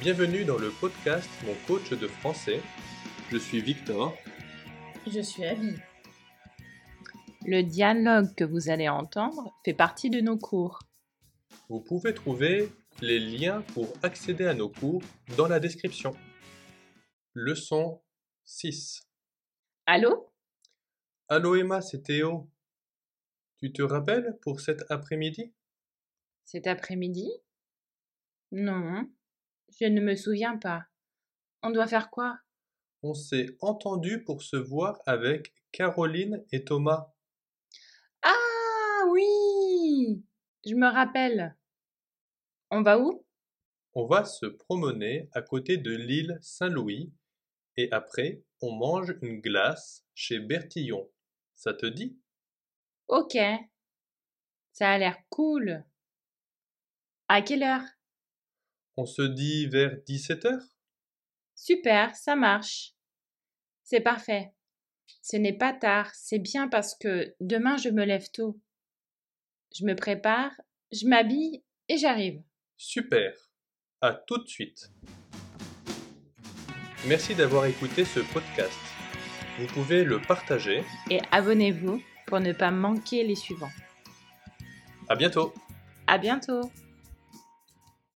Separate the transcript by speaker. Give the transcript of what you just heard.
Speaker 1: Bienvenue dans le podcast Mon coach de français. Je suis Victor.
Speaker 2: Je suis Abby.
Speaker 3: Le dialogue que vous allez entendre fait partie de nos cours.
Speaker 1: Vous pouvez trouver les liens pour accéder à nos cours dans la description. Leçon 6.
Speaker 3: Allô
Speaker 1: Allô Emma, c'est Théo. Tu te rappelles pour cet après-midi
Speaker 3: Cet après-midi Non, je ne me souviens pas. On doit faire quoi
Speaker 1: On s'est entendu pour se voir avec Caroline et Thomas.
Speaker 3: Ah oui Je me rappelle. On va où
Speaker 1: On va se promener à côté de l'île Saint-Louis et après, on mange une glace chez Bertillon. Ça te dit
Speaker 3: Ok. Ça a l'air cool. À quelle heure
Speaker 1: On se dit vers 17h
Speaker 3: Super, ça marche. C'est parfait. Ce n'est pas tard, c'est bien parce que demain je me lève tôt. Je me prépare, je m'habille et j'arrive.
Speaker 1: Super. À tout de suite. Merci d'avoir écouté ce podcast. Vous pouvez le partager.
Speaker 3: Et abonnez-vous pour ne pas manquer les suivants.
Speaker 1: À bientôt.
Speaker 3: À bientôt